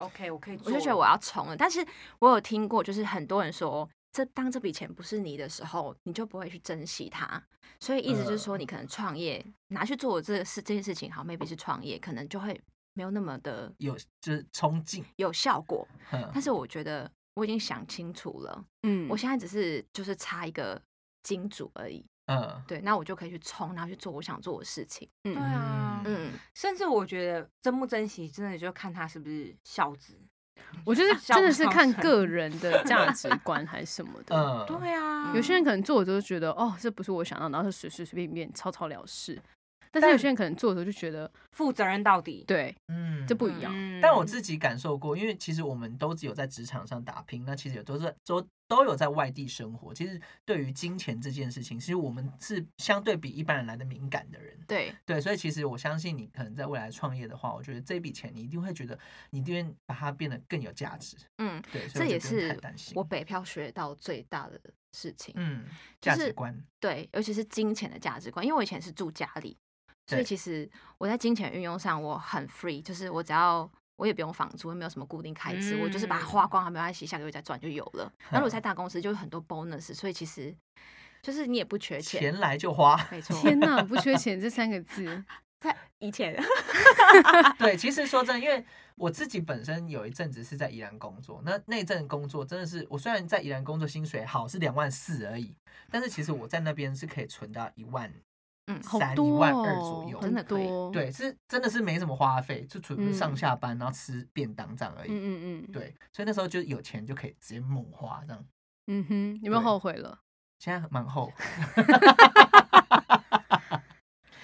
Speaker 4: OK，我可以做
Speaker 6: 我
Speaker 4: 了，
Speaker 6: 就觉得我要冲了。但是我有听过，就是很多人说，这当这笔钱不是你的时候，你就不会去珍惜它。所以意思就是说，
Speaker 5: 嗯
Speaker 6: 你可能创业拿去做这个事这件事情，好，maybe 是创业，可能就会没有那么的
Speaker 5: 有就是冲劲，
Speaker 6: 有效果。
Speaker 5: 嗯
Speaker 6: 但是我觉得我已经想清楚了，
Speaker 3: 嗯
Speaker 6: 我现在只是就是差一个金主而已。
Speaker 5: 嗯，
Speaker 6: 对，那我就可以去冲，然后去做我想做的事情。
Speaker 4: 对啊，
Speaker 5: 嗯
Speaker 6: 嗯，
Speaker 4: 甚至我觉得珍不珍惜，真的就看他是不是孝子。
Speaker 3: 我觉得真的是看
Speaker 4: 笑不
Speaker 3: 个人的价值观还是什么的。
Speaker 5: 嗯，
Speaker 4: 对啊，
Speaker 3: 有些人可能做的时候觉得哦，这不是我想要，然后就随随随便便草草了事。但是有些人可能做的时候就觉得，
Speaker 4: 负责任到底。
Speaker 3: 对，
Speaker 5: 嗯
Speaker 3: 这不一样。
Speaker 4: 嗯
Speaker 5: 但我自己感受过，因为其实我们都只有在职场上打拼，那其实也都是都都有在外地生活。其实对于金钱这件事情，其实我们是相对比一般人来的敏感的人。
Speaker 6: 对，
Speaker 5: 对，所以其实我相信你可能在未来创业的话，我觉得这笔钱你一定会觉得你一定会把它变得更有价值。
Speaker 6: 嗯，
Speaker 5: 对，所
Speaker 6: 这
Speaker 5: 以
Speaker 6: 也
Speaker 5: 我觉得不用
Speaker 6: 是
Speaker 5: 太担心
Speaker 6: 我北漂学到最大的事情。
Speaker 5: 嗯
Speaker 6: 就
Speaker 5: 价
Speaker 6: 是
Speaker 5: 值观。
Speaker 6: 对，尤其是金钱的价值观，因为我以前是住家里，所以
Speaker 5: 对
Speaker 6: 其实我在金钱运用上我很 free，就是我只要。我也不用房租，也没有什么固定开支，我就是把它
Speaker 5: 嗯
Speaker 6: 花光，还没关系，下个月再赚就有 了。然后我在大公司就有很多 bonus，所以其实就是你也不缺钱，
Speaker 5: 钱来就花，
Speaker 6: 没错，
Speaker 3: 天哪，不缺钱这三个字，
Speaker 6: 在以前，
Speaker 5: 对，其实说真的，因为我自己本身有一阵子是在宜兰工作，那那一阵工作真的是，我虽然在宜兰工作薪水好是两万四而已，但是其实我在那边是可以存到一万，
Speaker 6: 嗯
Speaker 3: 好
Speaker 5: 三一
Speaker 3: 多
Speaker 5: 万二
Speaker 3: 哦
Speaker 5: 左右
Speaker 6: 真的
Speaker 3: 很
Speaker 6: 可以
Speaker 3: 多，
Speaker 5: 对，是真的是没什么花费，就纯
Speaker 3: 嗯
Speaker 5: 上下班然后吃便当这样而已。
Speaker 3: 嗯嗯嗯，
Speaker 5: 对，所以那时候就有钱就可以直接猛花这样，
Speaker 3: 嗯哼，有没有
Speaker 5: 对
Speaker 3: 后悔了？
Speaker 5: 现在蛮后悔。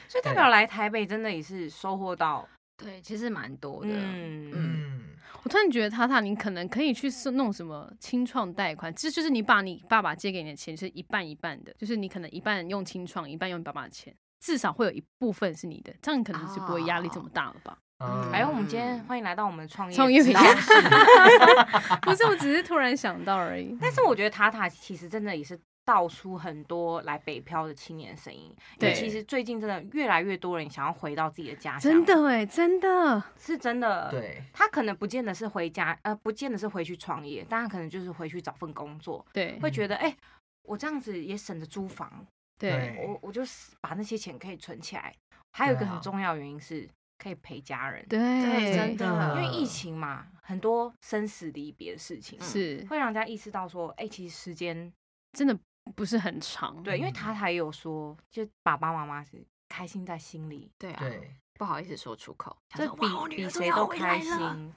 Speaker 4: 所以代表来台北真的也是收获到，
Speaker 6: 对，其实蛮多的。
Speaker 4: 嗯，
Speaker 6: 嗯
Speaker 5: 嗯，
Speaker 3: 我突然觉得塔塔，你可能可以去是弄什么清创贷款，这就是你把你爸爸借给你的钱是一半一半的，就是你可能一半用清创，一半用你爸爸的钱，至少会有一部分是你的，这样你可能就不会压力这么大了吧？
Speaker 5: 啊
Speaker 4: 嗯还有我们今天欢迎来到我们创业
Speaker 3: 创业
Speaker 4: 指导
Speaker 3: 平台
Speaker 4: 室
Speaker 3: 不是，我只是突然想到而已。
Speaker 4: 但是我觉得塔塔其实真的也是道出很多来北漂的青年声音，因
Speaker 3: 对
Speaker 4: 为其实最近真的越来越多人想要回到自己的家乡，
Speaker 3: 真的哎，真的，
Speaker 4: 是真的。，
Speaker 5: 对，
Speaker 4: 他可能不见得是回家，呃，不见得是回去创业，但他可能就是回去找份工作，
Speaker 3: 对
Speaker 4: 会觉得哎、我这样子也省着租房，
Speaker 3: 对
Speaker 5: 对
Speaker 4: 我我就是把那些钱可以存起来。还有一个
Speaker 5: 对啊
Speaker 4: 很重要的原因是可以陪家人，
Speaker 3: 对，
Speaker 6: 真的
Speaker 4: 因为疫情嘛，很多生死离别的事情
Speaker 3: 是
Speaker 4: 会让人家意识到说，哎、其实时间
Speaker 3: 真的不是很长。
Speaker 4: 对，因为
Speaker 5: 嗯
Speaker 4: 塔塔也有说，就爸爸妈妈是开心在心里，
Speaker 6: 对啊，
Speaker 5: 对，
Speaker 6: 不好意思说出口，想
Speaker 4: 这
Speaker 6: 说
Speaker 4: 比
Speaker 6: 哇我女
Speaker 4: 比
Speaker 6: 儿终于
Speaker 4: 谁
Speaker 6: 要
Speaker 4: 都
Speaker 6: 回
Speaker 4: 开
Speaker 6: 来了
Speaker 4: 心。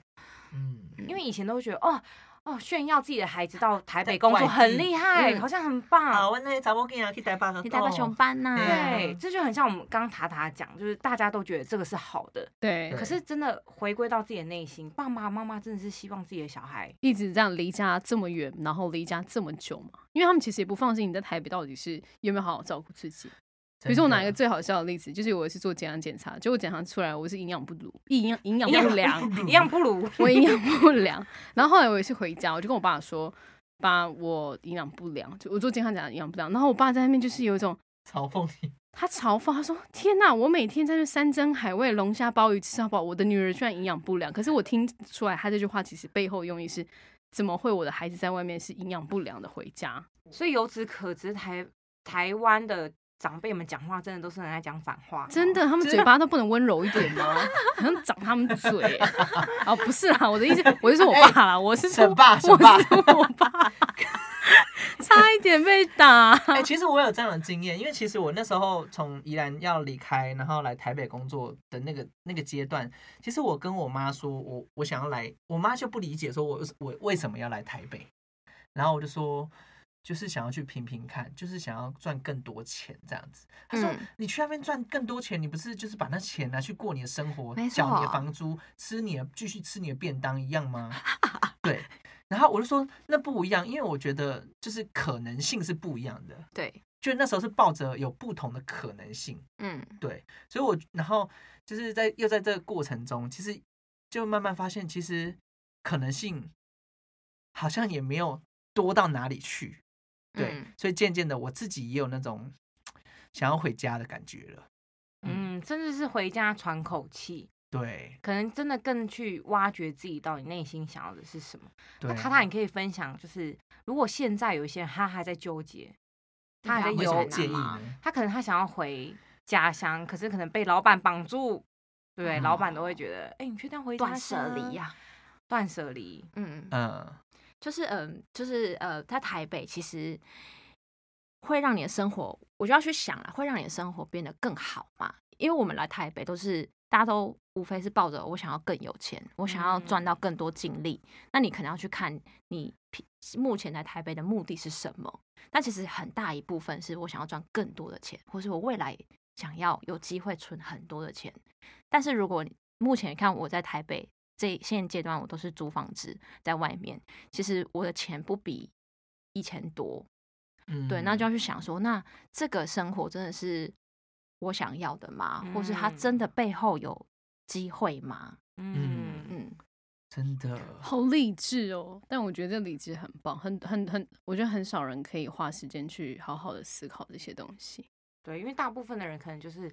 Speaker 5: 嗯，
Speaker 4: 因为以前都会觉得哦哦，炫耀自己的孩子到台北
Speaker 5: 在
Speaker 4: 工作
Speaker 5: 外
Speaker 4: 很
Speaker 5: 地
Speaker 4: 厉害，
Speaker 6: 嗯
Speaker 4: 好像很棒。
Speaker 5: 我那查某囡仔去台北
Speaker 6: 你带个熊班呐、
Speaker 5: 对啊
Speaker 4: 对，这就很像我们刚刚塔塔讲，就是大家都觉得这个是好的，
Speaker 3: 对
Speaker 5: 对
Speaker 4: 可是真的回归到自己的内心，爸爸妈妈真的是希望自己的小孩
Speaker 3: 一直这样离家这么远，然后离家这么久嘛，因为他们其实也不放心你在台北到底是有没有好好照顾自己。比如说我拿一个最好笑的例子，就是我是做健康检查，结果检查出来我是营养不足，营养营养
Speaker 4: 营养
Speaker 3: 不良，
Speaker 4: 一样不如
Speaker 3: 我 营养不良。然后后来我也是回家，我就跟我爸说，爸，我营养不良，就我做健康检查营养不良。然后我爸在那边就是有一种
Speaker 5: 嘲讽你，
Speaker 3: 他嘲讽，他说：“天哪，我每天在这山珍海味、龙虾、鲍鱼吃到饱，我的女儿居然营养不良。”可是我听出来他这句话其实背后用意是。怎么会我的孩子在外面是营养不良的回家？
Speaker 4: 所以由此可知，台台湾的长辈们讲话真的都是很爱讲反话，
Speaker 3: 真的，他们嘴巴都不能温柔一点吗？好像长他们嘴、啊，不是啦，我的意思，我是说我爸啦，我是说
Speaker 5: 沈爸
Speaker 3: 我是
Speaker 5: 沈爸
Speaker 3: 说我爸， 差一点被打。
Speaker 5: 哎、其实我有这样的经验，因为其实我那时候从宜兰要离开，然后来台北工作的那个那个阶段，其实我跟我妈说我我想要来，我妈就不理解，说我我为什么要来台北，然后我就说。就是想要去拼拼看，就是想要赚更多钱这样子。她说：“
Speaker 6: 嗯
Speaker 5: 你去那边赚更多钱，你不是就是把那钱拿去过你的生活
Speaker 6: 没，
Speaker 5: 缴你的
Speaker 6: 错
Speaker 5: 房租，吃你的继续吃你的便当一样 吗？”对。然后我就说：“那不一样，因为我觉得就是可能性是不一样的。
Speaker 6: 对，
Speaker 5: 就那时候是抱着有不同的可能性，
Speaker 6: 嗯，
Speaker 5: 对，所以我然后就是在又在这个过程中，其实就慢慢发现，其实可能性好像也没有多到哪里去，对，
Speaker 6: 嗯
Speaker 5: 所以渐渐的我自己也有那种想要回家的感觉了，
Speaker 4: 嗯，甚至是回家喘口气，
Speaker 5: 对，
Speaker 4: 可能真的更去挖掘自己到底内心想要的是什么。
Speaker 5: 对，啊
Speaker 4: 那塔塔，你可以分享，就是如果现在有一些人他还在纠结，他还在
Speaker 6: 你
Speaker 5: 为
Speaker 6: 有
Speaker 5: 什
Speaker 4: 犹
Speaker 5: 么
Speaker 6: 难
Speaker 5: 介意
Speaker 4: 豫，
Speaker 6: 吗
Speaker 5: 呢？
Speaker 4: 他可能他想要回家乡，可是可能被老板绑住，对不对，
Speaker 5: 嗯
Speaker 4: 老板都会觉得，哎、你确定要回家
Speaker 6: 断舍
Speaker 4: 乡
Speaker 6: 离呀、
Speaker 4: 断舍离，
Speaker 6: 嗯，
Speaker 5: 嗯，
Speaker 6: 就是嗯、就是呃，在台北其实会让你的生活，我就要去想了，会让你的生活变得更好嘛？因为我们来台北都是大家都无非是抱着我想要更有钱，我想要赚到更多精力，那你可能要去看你平目前来台北的目的是什么？那其实很大一部分是我想要赚更多的钱，或是我未来想要有机会存很多的钱。但是如果你目前看我在台北这现阶段，我都是租房子在外面，其实我的钱不比以前多，
Speaker 5: 嗯
Speaker 6: 对，那就要去想说，那这个生活真的是我想要的吗？或是它真的背后有机会吗？
Speaker 4: 嗯，
Speaker 6: 嗯，
Speaker 5: 真的，
Speaker 3: 好励志哦！但我觉得这励志很棒，很很很，我觉得很少人可以花时间去好好的思考这些东西。
Speaker 4: 对，因为大部分的人可能就是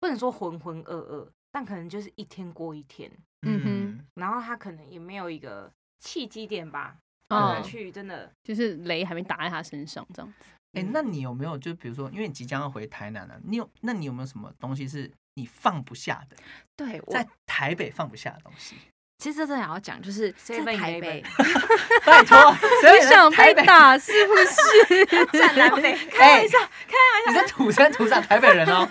Speaker 4: 不能说浑浑噩噩，但可能就是一天过一天，
Speaker 3: 嗯哼
Speaker 5: 嗯
Speaker 4: 然后他可能也没有一个契机点吧，让他
Speaker 3: 嗯
Speaker 5: 哦，
Speaker 4: 去真的
Speaker 3: 就是雷还没打在他身上，这样子。
Speaker 5: 哎、
Speaker 4: 嗯
Speaker 5: 那你有没有就比如说，因为你即将要回台南了、你有那你有没有什么东西是你放不下的，
Speaker 6: 对，我
Speaker 5: 在台北放不下的东 西。
Speaker 6: 其实真的要讲，就是在
Speaker 4: Seven
Speaker 6: 台北
Speaker 5: 拜托，谁
Speaker 3: 你想
Speaker 5: 台
Speaker 3: 被
Speaker 5: 北？
Speaker 3: 打是不是？
Speaker 4: 在南 北
Speaker 5: 哎
Speaker 4: 开玩笑，开玩
Speaker 5: 你
Speaker 4: 笑，
Speaker 5: 在土生土长台北人 哦，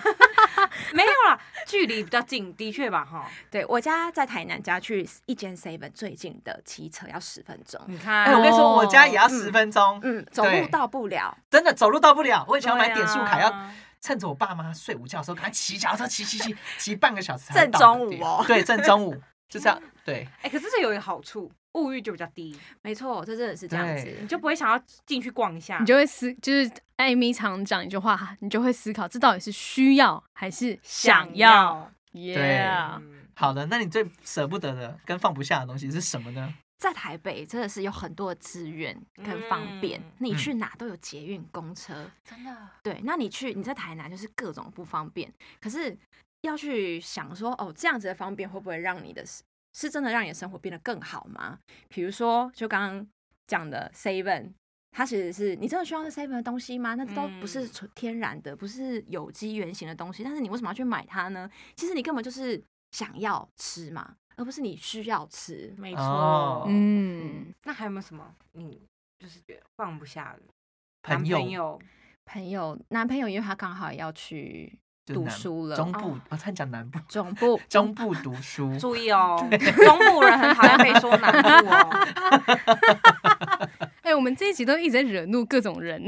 Speaker 4: 没有啦，距离比较近，的确吧，哈，
Speaker 6: 对我家在台南家去一间 seven 最近的骑车要十分钟，
Speaker 4: 你看，
Speaker 5: 哎，我跟你说，
Speaker 3: 哦
Speaker 5: 我家也要十分钟，
Speaker 6: 嗯，走路
Speaker 5: 对
Speaker 6: 到不了，
Speaker 5: 真的走路到不了。我以前要
Speaker 4: 对
Speaker 5: 买
Speaker 4: 啊
Speaker 5: 点数卡，要趁着我爸妈睡午觉的时候，赶快骑脚踏车骑骑骑，骑半个小时才会
Speaker 6: 正
Speaker 5: 到
Speaker 6: 中
Speaker 5: 的
Speaker 6: 午
Speaker 5: 地
Speaker 6: 哦
Speaker 5: 对，正中 午就这样，对，
Speaker 4: 哎，可是这有一个好处，物欲就比较低，
Speaker 6: 没错，这真的是这样子
Speaker 5: 对。
Speaker 4: 你就不会想要进去逛一下
Speaker 3: 你，就会思，就是艾米常讲一句话，你就会思考这到底是需要还是想要。Yeah，
Speaker 4: 嗯
Speaker 5: 好的，那你最舍不得的跟放不下的东西是什么呢？
Speaker 6: 在台北真的是有很多的资源跟方便，
Speaker 4: 嗯啊
Speaker 6: 你去哪都有捷运、公车。
Speaker 4: 真的，
Speaker 6: 对，那你去你在台南就是各种不方便，可是要去想说，哦，这样子的方便会不会让你的是是真的让你的生活变得更好吗？比如说，就刚刚讲的 Seven。它其实是你真的需要那 seven 的东西吗？那都不是
Speaker 4: 嗯
Speaker 6: 纯天然的，不是有机原型的东西。但是你为什么要去买它呢？其实你根本就是想要吃嘛，而不是你需要吃。
Speaker 4: 没
Speaker 5: 哦
Speaker 4: 错，嗯，
Speaker 3: 嗯，
Speaker 4: 那还有没有什么你就是觉得放不下的男
Speaker 5: 朋友，
Speaker 4: 友？
Speaker 6: 朋友，男朋友，因为他刚好要去
Speaker 5: 就是
Speaker 6: 读
Speaker 5: 南
Speaker 6: 书了，
Speaker 5: 中
Speaker 6: 哦
Speaker 5: 部，我才讲南部，
Speaker 6: 总部
Speaker 5: 中部读书，
Speaker 4: 注意哦，中部人很讨厌被说南部哦。
Speaker 3: 哎、我们这一集都一直在惹怒各种人，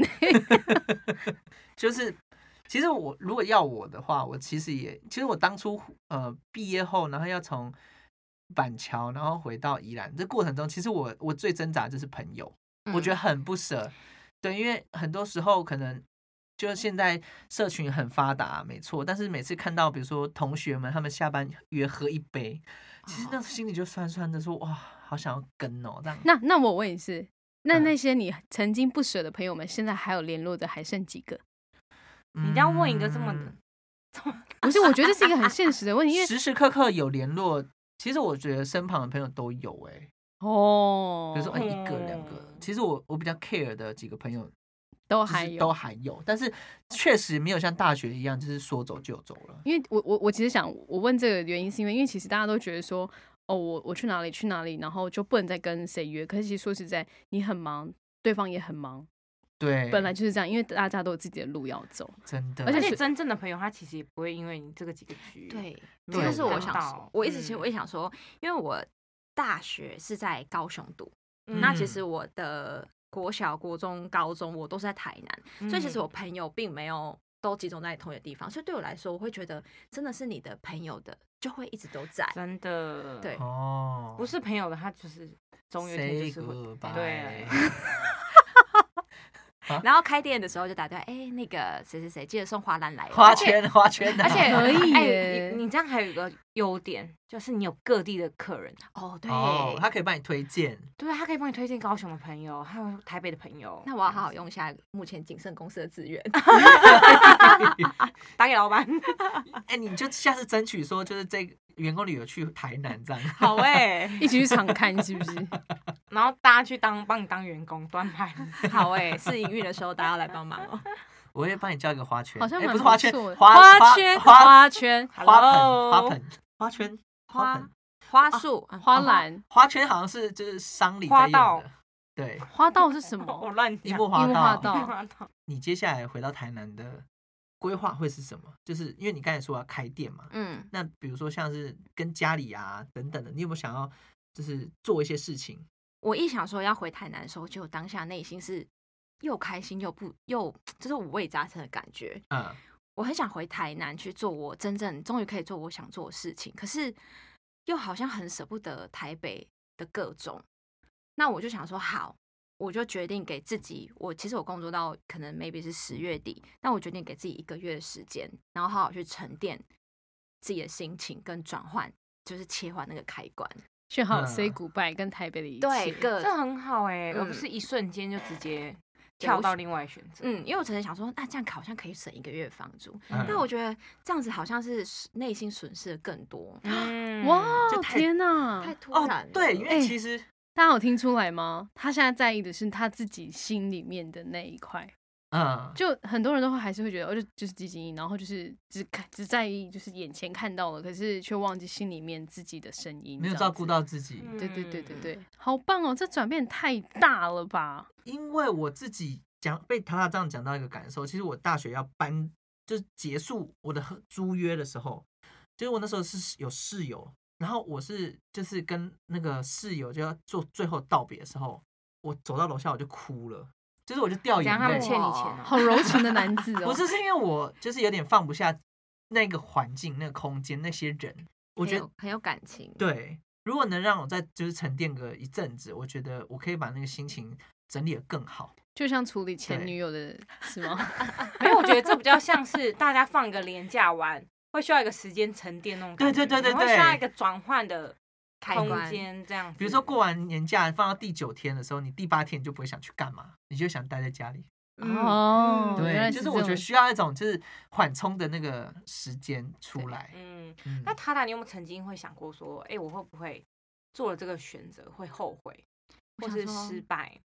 Speaker 5: 就是其实我如果要我的话，我其实也其实我当初呃毕业后，然后要从板桥，然后回到宜兰，这过程中，其实我我最挣扎就是朋友，我觉得很不舍。对，因为很多时候可能就现在社群很发达，没错，但是每次看到比如说同学们他们下班约喝一杯，其实那心里就酸酸的说，哇，好想要跟哦这样。
Speaker 3: 那那我问你是，那
Speaker 5: 嗯
Speaker 3: 那些你曾经不舍的朋友们，现在还有联络的还剩几个？
Speaker 5: 嗯
Speaker 4: 你要问一个这么
Speaker 3: 不是，我觉得这是一个很现实的问题，因 为
Speaker 5: 时时刻刻有联络，其实我觉得身旁的朋友都有哎、
Speaker 3: 哦，
Speaker 5: 比如说、哎一个
Speaker 4: 嗯
Speaker 5: 两个，其实我我比较 care 的几个朋友
Speaker 3: 都
Speaker 5: 就
Speaker 3: 还
Speaker 5: 是
Speaker 3: 有，
Speaker 5: 都还有，但是确实没有像大学一样就是说走就走了。
Speaker 3: 因为我我我其实想，我问这个原因是因为，因为其实大家都觉得说，哦，我我去哪里去哪里，然后就不能再跟谁约。可是其实说实在，你很忙，对方也很忙，
Speaker 5: 对，
Speaker 3: 本来就是这样，因为大家都有自己的路要走。
Speaker 5: 真的，
Speaker 3: 而
Speaker 4: 而
Speaker 3: 且
Speaker 4: 且真正的朋友，他其实也不会因为你这个几个局，
Speaker 6: 嗯对，
Speaker 4: 没
Speaker 6: 这
Speaker 4: 有
Speaker 5: 对
Speaker 6: 就是我
Speaker 4: 看
Speaker 6: 想
Speaker 4: 到
Speaker 6: 说，我一直其实
Speaker 4: 嗯
Speaker 6: 我也想说，因为我大学是在高雄读，
Speaker 4: 嗯
Speaker 6: 那其实我的国小、国中、高中我都是在台南，所以其实我
Speaker 4: 嗯
Speaker 6: 朋友并没有都集中在同一个地方，所以对我来说，我会觉得真的是你的朋友的就会一直都在。
Speaker 4: 真的
Speaker 6: 对
Speaker 5: 哦，
Speaker 4: 不是朋友的，他就是总有一天
Speaker 5: say
Speaker 4: 就是会
Speaker 5: goodbye，
Speaker 4: 对，
Speaker 3: 啊
Speaker 4: 啊
Speaker 6: 然后开店的时候就打电话，哎、那个谁谁谁，记得送花篮来哦。
Speaker 5: 花圈花圈啊，
Speaker 4: 而且
Speaker 3: 可以
Speaker 4: 哎
Speaker 3: 耶
Speaker 4: 你你这样还有一个优点，就是你有各地的客人，
Speaker 6: 哦，对，
Speaker 5: 哦，他可以帮你推荐，
Speaker 4: 对，啊他可以帮你推荐高雄的朋友，还有台北的朋友。
Speaker 6: 那我要好好用一下目前仅剩公司的资 源。
Speaker 4: 打给老板，
Speaker 5: 哎，你就下次争取说就是这个员工旅游去台南这样，
Speaker 4: 好哎、
Speaker 3: 一起去常看是不是？
Speaker 4: 然后大家去当帮你当员工端盘子，
Speaker 6: 好哎、试营运的时候大家要来帮忙哦。
Speaker 5: 我会帮你叫一个花圈，
Speaker 3: 好像
Speaker 5: 哎
Speaker 3: 蛮
Speaker 5: 不是
Speaker 3: 不
Speaker 5: 花圈
Speaker 3: 错的，
Speaker 5: 花花
Speaker 3: 圈
Speaker 5: 花
Speaker 3: 花圈
Speaker 5: 花盆
Speaker 4: Hello
Speaker 5: 花盆花圈
Speaker 6: 花
Speaker 5: 盆
Speaker 6: 花
Speaker 4: 哦
Speaker 6: 束、啊
Speaker 3: 花篮
Speaker 5: 花圈好像是就是丧礼
Speaker 4: 花
Speaker 5: 在用
Speaker 4: 道
Speaker 5: 的，对，
Speaker 3: 花道是什
Speaker 4: 我
Speaker 3: 么？
Speaker 4: 乱
Speaker 5: 樱
Speaker 4: 讲。
Speaker 5: 木
Speaker 3: 樱木花
Speaker 5: 花 道。
Speaker 3: 道
Speaker 4: 花道
Speaker 5: 你接下来回到台南的规划会是什么？就是因为你刚才说要开店嘛，
Speaker 6: 嗯，
Speaker 5: 那比如说像是跟家里啊等等的，你有没有想要就是做一些事情？
Speaker 6: 我一想说要回台南的时候，就当下内心是又开心又不又就是五味杂陈的感觉。
Speaker 5: 嗯，
Speaker 6: 我很想回台南去做我真正终于可以做我想做的事情，可是又好像很舍不得台北的各种。那我就想说，好，我就决定给自己，我其实我工作到可能 maybe 是十月底，那我决定给自己一个月的时间，然后好好去沉淀自己的心情跟转换，就是切换那个开关。
Speaker 3: 却好
Speaker 5: 嗯
Speaker 3: say goodbye 跟台北的一切。
Speaker 6: 对，各
Speaker 4: 这很好哎、
Speaker 6: 嗯
Speaker 4: 而不是一瞬间就直接跳到另外选择。
Speaker 6: 嗯，因为我曾经想说，那这样好像可以省一个月的房租，
Speaker 5: 嗯
Speaker 6: 但我觉得这样子好像是损内心损失的更多，
Speaker 4: 嗯
Speaker 3: 哇，哦
Speaker 5: 就太
Speaker 3: 天哪！
Speaker 6: 嗯太突
Speaker 5: 哦
Speaker 6: 然了。，
Speaker 5: 对，因为其实
Speaker 3: 大家有听出来吗？他现在在意的是他自己心里面的那一块。
Speaker 5: 嗯，
Speaker 3: 就很多人都会还是会觉得，哦，就就是基金，然后就是只看只在意就是眼前看到了，可是却忘记心里面自己的声音，
Speaker 5: 没有
Speaker 3: 这样
Speaker 5: 照
Speaker 3: 子
Speaker 5: 顾。到自己，
Speaker 4: 嗯
Speaker 3: 对对对对对，好棒哦！这转变太大了吧？
Speaker 5: 因为我自己讲被唐大这样讲到一个感受，其实我大学要搬，就是结束我的合租约的时候，就是我那时候是有室友，然后我是就是跟那个室友就要做最后道别的时候，我走到楼下我就哭了，就是我就掉
Speaker 4: 怎样？
Speaker 5: 眼
Speaker 4: 他们
Speaker 5: 泪，
Speaker 4: 欠你钱
Speaker 6: 哇
Speaker 4: 哦？
Speaker 3: 好柔情的男子哦！
Speaker 5: 不是是因为 我就是有点放不下那个环境、那个空间、那些人，我觉
Speaker 6: 很
Speaker 5: 得
Speaker 6: 有很有感情。
Speaker 5: 对，如果能让我再就是沉淀个一阵子，我觉得我可以把那个心情整理的更好。
Speaker 3: 就像处理前
Speaker 5: 对
Speaker 3: 女友的是吗？
Speaker 4: 没有，我觉得这比较像是大家放个年假玩，会需要一个时间沉淀那种感觉。
Speaker 5: 对对对对
Speaker 4: 你会
Speaker 5: 对
Speaker 4: 需要一个转换的
Speaker 6: 开
Speaker 4: 空
Speaker 6: 关，
Speaker 4: 间，这样子。
Speaker 5: 比如说过完年假放到第九天的时候，你第八天你就不会想去干嘛，你就想待在家里。
Speaker 6: 嗯
Speaker 3: 哦，原来
Speaker 5: 对，就是
Speaker 3: 这
Speaker 5: 我觉
Speaker 3: 种
Speaker 5: 得需要一种就是缓冲的那个时间出来。
Speaker 4: 嗯，
Speaker 5: 嗯
Speaker 4: 那塔塔，你有没有曾经会想过说，哎、我会不会做了这个选择会后悔，
Speaker 6: 我
Speaker 4: 或
Speaker 6: 想
Speaker 4: 是
Speaker 6: 说
Speaker 4: 失败？嗯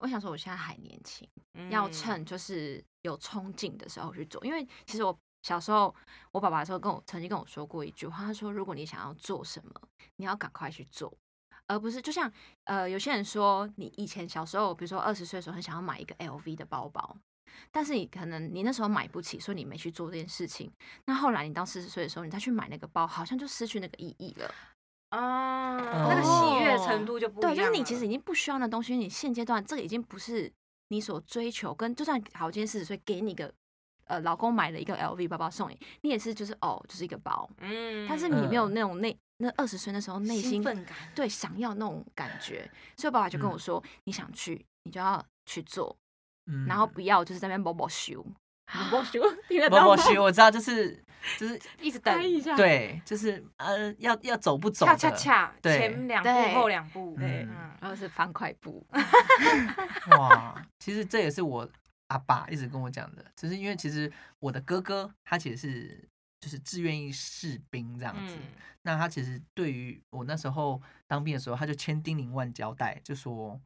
Speaker 6: 我想说，我现在还年轻，要趁就是有冲劲的时候去做。因为其实我小时候，我爸爸的时候跟我曾经跟我说过一句话，他说：“如果你想要做什么，你要赶快去做，而不是就像呃有些人说，你以前小时候，比如说二十岁的时候，很想要买一个 LV 的包包。”但是你可能你那时候买不起，所以你没去做这件事情。那后来你到四十岁的时候，你再去买那个包，好像就失去那个意义了。
Speaker 4: 嗯
Speaker 5: 哦
Speaker 4: 啊，那个喜悦程度就不一样
Speaker 6: 哦
Speaker 4: 了。
Speaker 6: 对，就是你其实已经不需要那东西，你现阶段这个已经不是你所追求，跟就算好今天四十岁给你一个呃老公买了一个 LV 包包送你，你也是就是哦就是一个包，
Speaker 4: 嗯
Speaker 6: 但是你没有那种内、那二十岁那时
Speaker 5: 嗯
Speaker 6: 候内心
Speaker 4: 兴奋感，
Speaker 6: 对想要那种感觉，所以我爸爸就跟我
Speaker 5: 嗯
Speaker 6: 说，你想去你就要去做，
Speaker 5: 嗯
Speaker 6: 然后不要就是在那边某某修。某某修， 听得
Speaker 5: 不
Speaker 6: 到
Speaker 5: 不
Speaker 6: 吗？
Speaker 5: 学我知道，就是就是
Speaker 4: 一直等，
Speaker 2: 一下，
Speaker 5: 对，就是呃，要要走不走
Speaker 4: 恰
Speaker 5: 的，
Speaker 4: 恰恰，
Speaker 5: 对
Speaker 4: 前两
Speaker 6: 对
Speaker 4: 步后两步，
Speaker 5: 对
Speaker 4: 嗯
Speaker 6: 然后是方块布，
Speaker 5: 哇，其实这也是我阿爸一直跟我讲的，只是因为其实我的哥哥他其实是就是志愿役士兵这样子，
Speaker 4: 嗯，
Speaker 5: 那他其实对于我那时候当兵的时候，他就千叮咛万交代，就说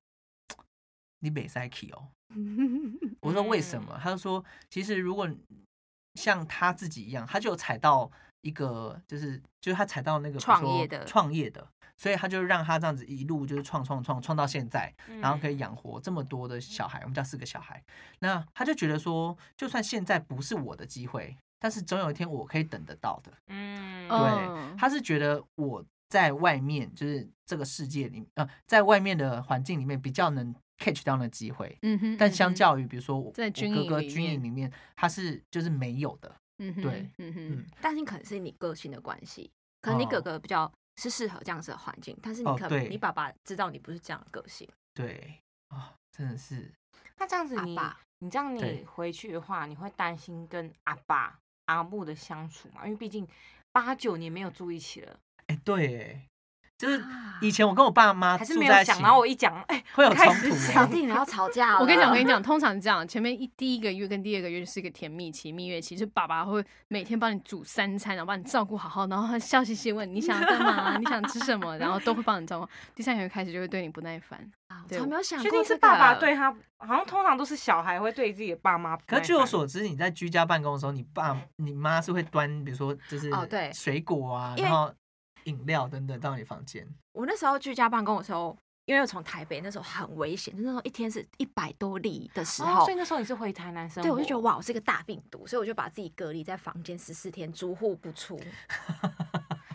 Speaker 5: 你北塞 k 哦。我说为什
Speaker 6: 嗯
Speaker 5: 么？他就说其实如果像他自己一样，他就有踩到一个就是就是他踩到那个比如
Speaker 6: 创
Speaker 5: 说
Speaker 6: 业的
Speaker 5: 创业的，所以他就让他这样子一路就是创创创创到现在，然后可
Speaker 6: 嗯
Speaker 5: 以养活这么多的小孩，我们家四个小孩。那他就觉得说，就算现在不是我的机会，但是总有一天我可以等得到的。
Speaker 4: 嗯，
Speaker 3: 哦
Speaker 5: 对，他是觉得我在外面，就是这个世界里，呃，在外面的环境里面比较能 catch 到那机会。
Speaker 3: 嗯哼，
Speaker 5: 但
Speaker 3: 嗯
Speaker 5: 相
Speaker 3: 哼，
Speaker 5: 较于，比如说我
Speaker 3: 在
Speaker 5: 我
Speaker 3: 军
Speaker 5: 哥
Speaker 3: 营
Speaker 5: 哥
Speaker 3: 里
Speaker 5: 军营
Speaker 3: 面
Speaker 5: 里面，他是就是没有的。
Speaker 3: 嗯哼
Speaker 5: 对，
Speaker 3: 嗯哼
Speaker 5: 嗯，
Speaker 6: 但是可能是你个性的关系，可能你哥
Speaker 5: 哦
Speaker 6: 哥比较是适合这样子的环境，但是
Speaker 5: 哦
Speaker 6: 你可能、
Speaker 5: 对
Speaker 6: 你爸爸知道你不是这样的 个性，
Speaker 5: 对啊、真的是
Speaker 4: 那这样子
Speaker 6: 阿
Speaker 4: 你
Speaker 6: 爸
Speaker 4: 你这样
Speaker 5: 对
Speaker 4: 你回去的话，你会担心跟阿爸阿木的相处吗？因为毕竟八九年没有住一起了，
Speaker 5: 哎、对哎，就是以前我跟我爸
Speaker 6: 啊
Speaker 5: 妈
Speaker 4: 啊还
Speaker 5: 住
Speaker 4: 是没有
Speaker 5: 在一起
Speaker 4: 想。然后我一讲，哎，
Speaker 5: 会有
Speaker 4: 开
Speaker 5: 冲
Speaker 4: 始
Speaker 5: 突
Speaker 4: 想
Speaker 6: 肯
Speaker 5: 哦，
Speaker 6: 定然后吵架啊
Speaker 3: 我跟你讲，我跟你
Speaker 6: 你
Speaker 3: 讲，通常是这样，前面一第一个月跟第二个月就是一个甜蜜期、蜜月期，就爸爸会每天帮你煮三餐，然后帮你照顾好好，然后他笑嘻嘻问你想要干嘛，你想吃什么，然后都会帮你照顾。第三个月开始就会对你不耐烦，
Speaker 6: 啊，我
Speaker 3: 对
Speaker 6: 从没有想
Speaker 4: 确
Speaker 6: 过、
Speaker 4: 定是爸爸对，他，好像通常都是小孩会对自己的爸妈不耐
Speaker 5: 可
Speaker 4: 烦。
Speaker 5: 是据我所知，你在居家办公的时候，你爸、你妈是会端，比如说就是
Speaker 6: 哦对
Speaker 5: 水果啊，
Speaker 6: 因
Speaker 5: 然
Speaker 6: 为
Speaker 5: 后饮料等等到你房间。
Speaker 6: 我那时候居家办公的时候。因为我从台北那时候很危险，就那时候一天是一百多例的时
Speaker 4: 哦，
Speaker 6: 候，
Speaker 4: 所以那时候你是回台南生活，
Speaker 6: 对我就觉得哇，我是一个大病毒，所以我就把自己隔离在房间十四天，租户 不出，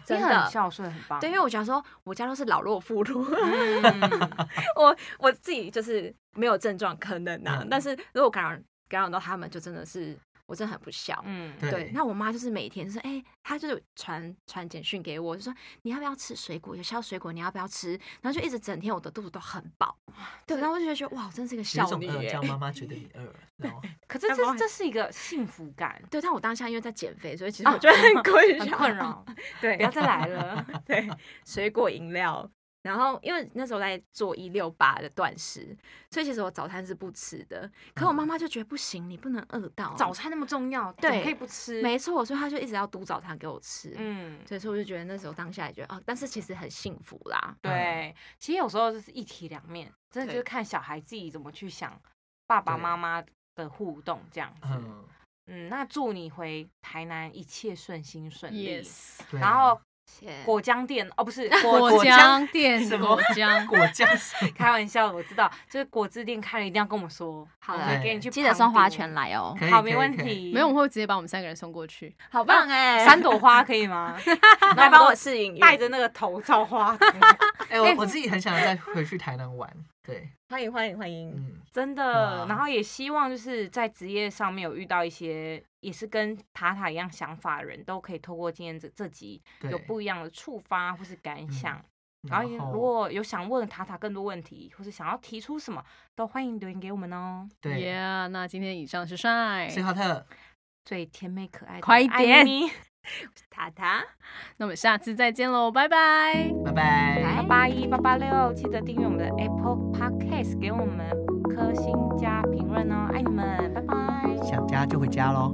Speaker 6: 真
Speaker 4: 你很
Speaker 6: 的。
Speaker 4: 孝顺，很棒。
Speaker 6: 对，因为我想说，我家都是老弱 妇孺，
Speaker 4: 嗯，
Speaker 6: 我我自己就是没有症状可能啊，
Speaker 5: 嗯
Speaker 6: 但是如果感染感染到他们，就真的是我真的很不孝。
Speaker 4: 嗯，
Speaker 5: 对
Speaker 6: 对，那我妈就是每天就是，哎、她就是传传简讯给我，就说你要不要吃水果，有削水果你要不要吃，然后就一直整天我的肚子都很饱，对，然后我就觉得哇，我真的是个
Speaker 5: 有一
Speaker 6: 孝
Speaker 5: 种呃
Speaker 6: 女
Speaker 5: 饿，
Speaker 6: 耶
Speaker 5: 叫。妈妈觉得你饿，然 后
Speaker 4: 可是
Speaker 6: 那不
Speaker 4: 这
Speaker 6: 会
Speaker 4: 这是一个幸福 感，
Speaker 6: 对，但我当下因为在减肥，所以其
Speaker 5: 哦
Speaker 6: 实我觉得很困
Speaker 4: 很
Speaker 6: 扰，
Speaker 4: 困扰，
Speaker 6: 对，
Speaker 4: 不要再 来了。
Speaker 6: 对，水果饮料。然后因为那时候在做一六八的断食，所以其实我早餐是不吃的。可我妈妈就觉得不行，你不能饿到
Speaker 4: 早。餐那么重要，
Speaker 6: 对
Speaker 4: 怎么可以不吃？
Speaker 6: 没错，所以她就一直要督早餐给我吃。嗯，
Speaker 4: 嗯，
Speaker 6: 所以说我就觉得那时候当下也觉得哦，但是其实很幸福啦。
Speaker 5: 嗯
Speaker 4: 对，其实有时候就是一体两面，真的就是
Speaker 6: 对
Speaker 4: 看小孩自己怎么去想爸爸
Speaker 5: 对
Speaker 4: 妈妈的互动这样子。嗯
Speaker 5: 嗯，
Speaker 4: 那祝你回台南一切顺心顺利。
Speaker 3: Yes，
Speaker 5: 对啊
Speaker 4: 然后
Speaker 6: 谢
Speaker 4: 果浆店哦，不 是
Speaker 3: 果
Speaker 4: 果
Speaker 3: 浆店
Speaker 5: 什么
Speaker 3: 果 浆，
Speaker 5: 果酱什么
Speaker 4: 开玩笑，我知道，就是果汁店开了一定要跟我们说，
Speaker 6: 好
Speaker 4: 我
Speaker 6: 了
Speaker 4: 们会给你去
Speaker 6: 记得
Speaker 4: 旁
Speaker 6: 送花
Speaker 4: 读
Speaker 6: 圈。来哦，
Speaker 5: 可以
Speaker 4: 好，
Speaker 5: 可
Speaker 4: 没
Speaker 5: 以
Speaker 4: 问
Speaker 5: 可以
Speaker 4: 题。
Speaker 3: 没有，我们会直接把我们三个人送过去。
Speaker 6: 好棒哎
Speaker 4: 三 朵花可以吗？然
Speaker 6: 来
Speaker 4: 后
Speaker 6: 帮
Speaker 4: 我
Speaker 6: 我
Speaker 4: 们
Speaker 6: 试营
Speaker 4: 都
Speaker 6: 运，
Speaker 4: 带着那个头罩花，
Speaker 5: 哎，我我自己很想再回去台南玩。对，
Speaker 6: 欢迎欢迎欢迎，
Speaker 5: 嗯，
Speaker 4: 真
Speaker 5: 哇
Speaker 4: 的。然后也希望就是在职业上面有遇到一些也是跟塔塔一样想法的人，都可以透过今天这这集
Speaker 5: 对。
Speaker 4: 有不一样的触发或是感想。嗯然
Speaker 5: 然
Speaker 4: 后也如果有想问塔塔更多问题，或是想要提出什么，都欢迎留言给我们哦。
Speaker 5: 对，
Speaker 3: Yeah，那今天以上是帅，
Speaker 5: 崔浩特，
Speaker 4: 最甜美可爱的
Speaker 3: 快
Speaker 4: 艾
Speaker 3: 点
Speaker 4: 咪，
Speaker 6: 塔塔，
Speaker 3: 那我们下次再见喽，拜拜。
Speaker 5: 拜拜。
Speaker 4: 八八一八八六，记得订阅我们的 Apple Podcast，给我们五颗星加评论哦，爱你们，拜拜。
Speaker 5: 想家就回家喽。